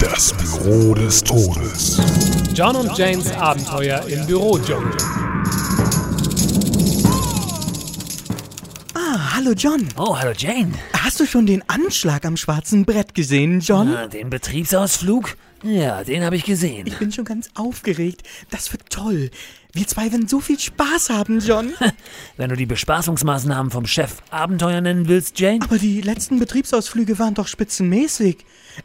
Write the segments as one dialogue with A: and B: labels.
A: Das Büro des Todes.
B: John und Janes Abenteuer im Büro, John.
C: Ah, hallo John.
D: Oh, hallo Jane.
C: Hast du schon den Anschlag am schwarzen Brett gesehen, John?
D: Ah, Den Betriebsausflug? Ja, den habe ich gesehen.
C: Ich bin schon ganz aufgeregt. Das wird toll. Wir zwei werden so viel Spaß haben, John.
D: Wenn du die Bespaßungsmaßnahmen vom Chef Abenteuer nennen willst, Jane?
C: Aber die letzten Betriebsausflüge waren doch spitzenmäßig.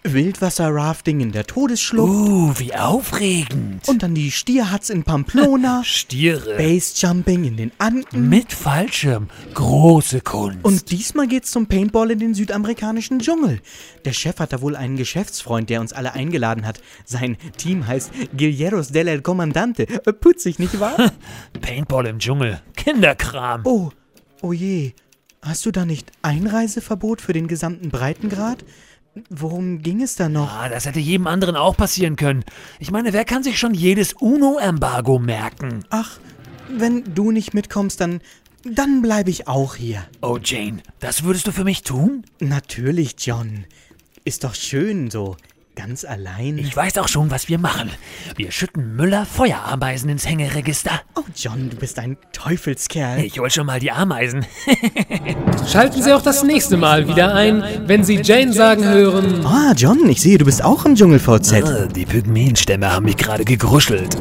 C: Wildwasser-Rafting in der Todesschlucht
D: Uh, wie aufregend.
C: und dann die Stierhatz in Pamplona,
D: Stiere.
C: Basejumping in den Anden.
D: Mit Fallschirm. Große Kunst.
C: Und diesmal geht's zum Paintball in den südamerikanischen Dschungel. Der Chef hat da wohl einen Geschäftsfreund, der uns alle eingeladen hat. Sein Team heißt Guilleros del El Comandante. Äh, Putzig, nicht wahr?
D: Paintball im Dschungel. Kinderkram.
C: Oh, oh je. Hast du da nicht Einreiseverbot für den gesamten Breitengrad? Worum ging es da noch?
D: Ah, das hätte jedem anderen auch passieren können. Ich meine, wer kann sich schon jedes UNO-Embargo merken?
C: Ach, wenn du nicht mitkommst, dann dann bleibe ich auch hier.
D: Oh, Jane, das würdest du für mich tun?
C: Natürlich, John. Ist doch schön so, ganz allein.
D: Ich weiß auch schon, was wir machen. Wir schütten Müller Feuerameisen ins Hängeregister.
C: oh, John, du bist ein Teufelskerl.
D: Ich hol schon mal die Ameisen.
B: Schalten Sie auch das nächste Mal wieder ein, wenn Sie Jane sagen hören.
C: Ah, John, ich sehe, du bist auch im Dschungel VZ.
D: Die Pygmäenstämme haben mich gerade gegruschelt.